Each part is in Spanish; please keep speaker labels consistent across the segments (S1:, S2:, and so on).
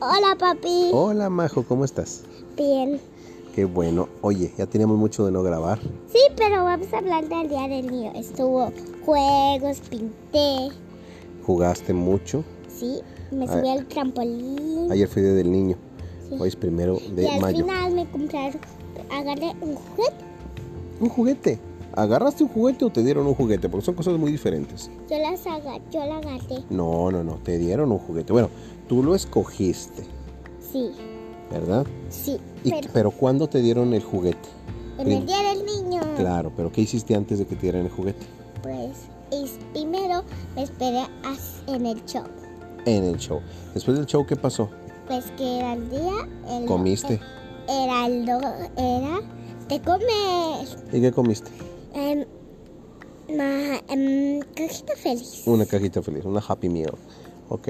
S1: Hola, papi.
S2: Hola, Majo, ¿cómo estás?
S1: Bien.
S2: Qué bueno. Oye, ya teníamos mucho de no grabar.
S1: Sí, pero vamos a hablar del día del niño. Estuvo juegos, pinté.
S2: Jugaste mucho.
S1: Sí, me subí al trampolín.
S2: Ayer fue día del niño. Hoy es primero de
S1: y al
S2: mayo.
S1: final me compraron, agarré un juguete.
S2: Un juguete. ¿Agarraste un juguete o te dieron un juguete? Porque son cosas muy diferentes.
S1: Yo las agarré, yo la agarré.
S2: No, no, no. Te dieron un juguete. Bueno, tú lo escogiste,
S1: Sí,
S2: ¿verdad?
S1: sí.
S2: Y-
S1: pero
S2: pero ¿cuándo te dieron el juguete?
S1: en el día del niño,
S2: Claro, pero ¿qué hiciste antes de que te dieran el juguete?
S1: pues es- primero me esperé as- en el show.
S2: En el show. Después del show, ¿qué pasó?
S1: Pues que era el día. el-
S2: ¿Comiste?
S1: Era el do- era de comer.
S2: ¿Y qué comiste?
S1: Em, ma- em, cajita feliz.
S2: Una cajita feliz, una Happy Meal. Ok,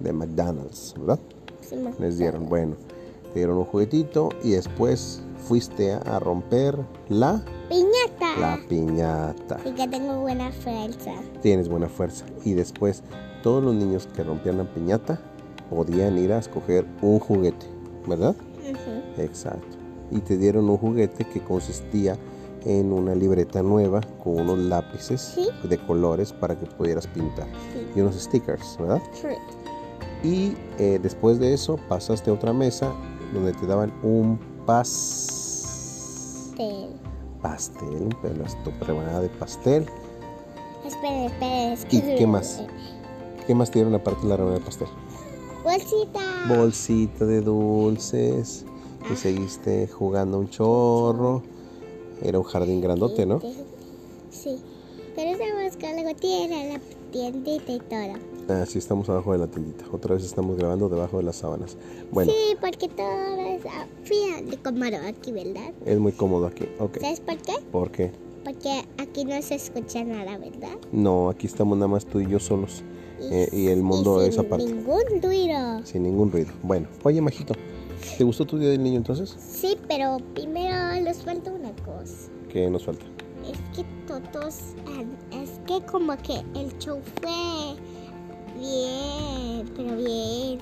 S2: de McDonald's, ¿verdad?
S1: Sí, ma.
S2: Les dieron, bueno, te dieron un juguetito y después fuiste a, a romper la,
S1: Piñata.
S2: la piñata.
S1: Y que tengo buena fuerza.
S2: Tienes buena fuerza. Y después todos los niños que rompían la piñata podían ir a escoger un juguete, ¿verdad?
S1: Ujú.
S2: Exacto. Y te dieron un juguete que consistía en una libreta nueva con unos lápices
S1: Sí.
S2: de colores para que pudieras pintar.
S1: Sí.
S2: Y unos stickers, ¿verdad?
S1: Sí.
S2: Y eh, después de eso pasaste a otra mesa donde te daban un pas...
S1: Te-
S2: pastel, pero las tu rebanada de pastel.
S1: Espera, espera. es
S2: ¿Y
S1: que-
S2: qué más? ¿Qué más te dieron aparte de la rebanada de pastel?
S1: Bolsita.
S2: Bolsita de dulces. Y seguiste jugando un chorro. Era un jardín grandote, ¿no?
S1: Sí. Pero esa que luego tiene la tiendita y todo.
S2: Así estamos abajo de la tiendita. Otra vez estamos grabando debajo de las sábanas. Bueno,
S1: Sí, porque todo es ah, fría de comaro aquí, ¿verdad?
S2: es muy cómodo aquí. Ok.
S1: ¿Sabes por qué?
S2: ¿Por qué?
S1: Porque aquí no se escucha nada, ¿verdad?
S2: No, aquí estamos nada más tú y yo solos. Eh, y el mundo
S1: y
S2: es
S1: sin
S2: aparte.
S1: Ningún ruido.
S2: Sin ningún ruido. Bueno, oye, Majito, ¿te gustó tu día del niño entonces?
S1: Sí, pero primero nos falta una cosa.
S2: ¿Qué nos falta?
S1: Es que todos, ah, es que como que el show fue bien, pero bien.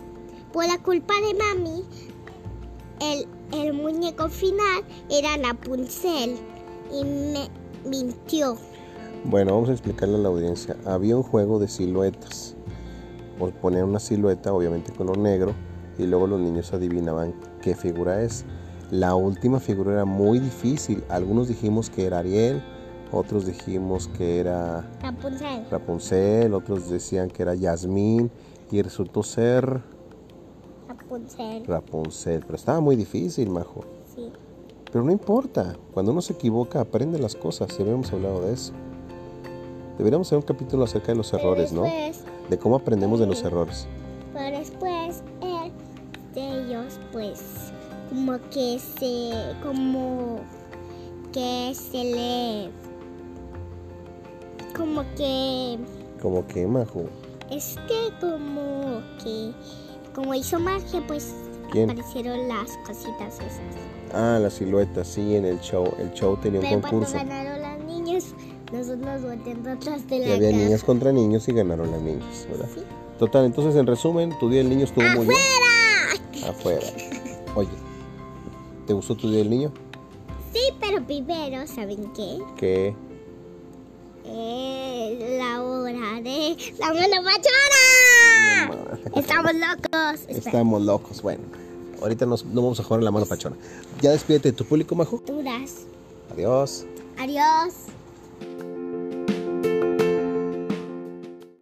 S1: Por la culpa de mami, el, el muñeco final era Rapunzel y me mintió.
S2: Bueno, vamos a explicarle a la audiencia. Había un juego de siluetas. Os ponían una silueta, obviamente color negro, y luego los niños adivinaban qué figura es. La última figura era muy difícil. Algunos dijimos que era Ariel, otros dijimos que era
S1: Rapunzel,
S2: Rapunzel, otros decían que era Yasmín, y resultó ser
S1: Rapunzel,
S2: Rapunzel. Pero estaba muy difícil, Majo.
S1: sí.
S2: Pero no importa, cuando uno se equivoca aprende las cosas, ya habíamos hablado de eso. Deberíamos hacer un capítulo acerca de los errores,
S1: Pero
S2: ¿no?
S1: después,
S2: De cómo aprendemos de los
S1: Sí.
S2: errores.
S1: Pero después eh, de ellos, pues, como que se, como que se le, como que,
S2: Como que, Majo,
S1: es que como que, como hizo magia, pues,
S2: ¿Quién?
S1: aparecieron las cositas esas.
S2: ah, la silueta, sí, en el show. El show tenía un
S1: Pero pues cuando
S2: concurso.
S1: ganaron las niñas, nosotros volteando atrás de
S2: Y
S1: la
S2: había
S1: casa.
S2: niñas contra niños y ganaron las niñas, ¿verdad?
S1: Sí.
S2: Total, entonces en resumen, tu día del niño estuvo muy bien.
S1: ¡Fuera!
S2: Afuera. Oye, ¿te gustó tu día del niño?
S1: Sí, pero primero, ¿saben qué?
S2: Que
S1: Eh, la hora de la mano pachona. Estamos locos. Espera,
S2: estamos locos. Bueno, ahorita nos, no vamos a jugar a la mano pachona. Ya despídete de tu público, Majo.
S1: duras.
S2: Adiós.
S1: Adiós.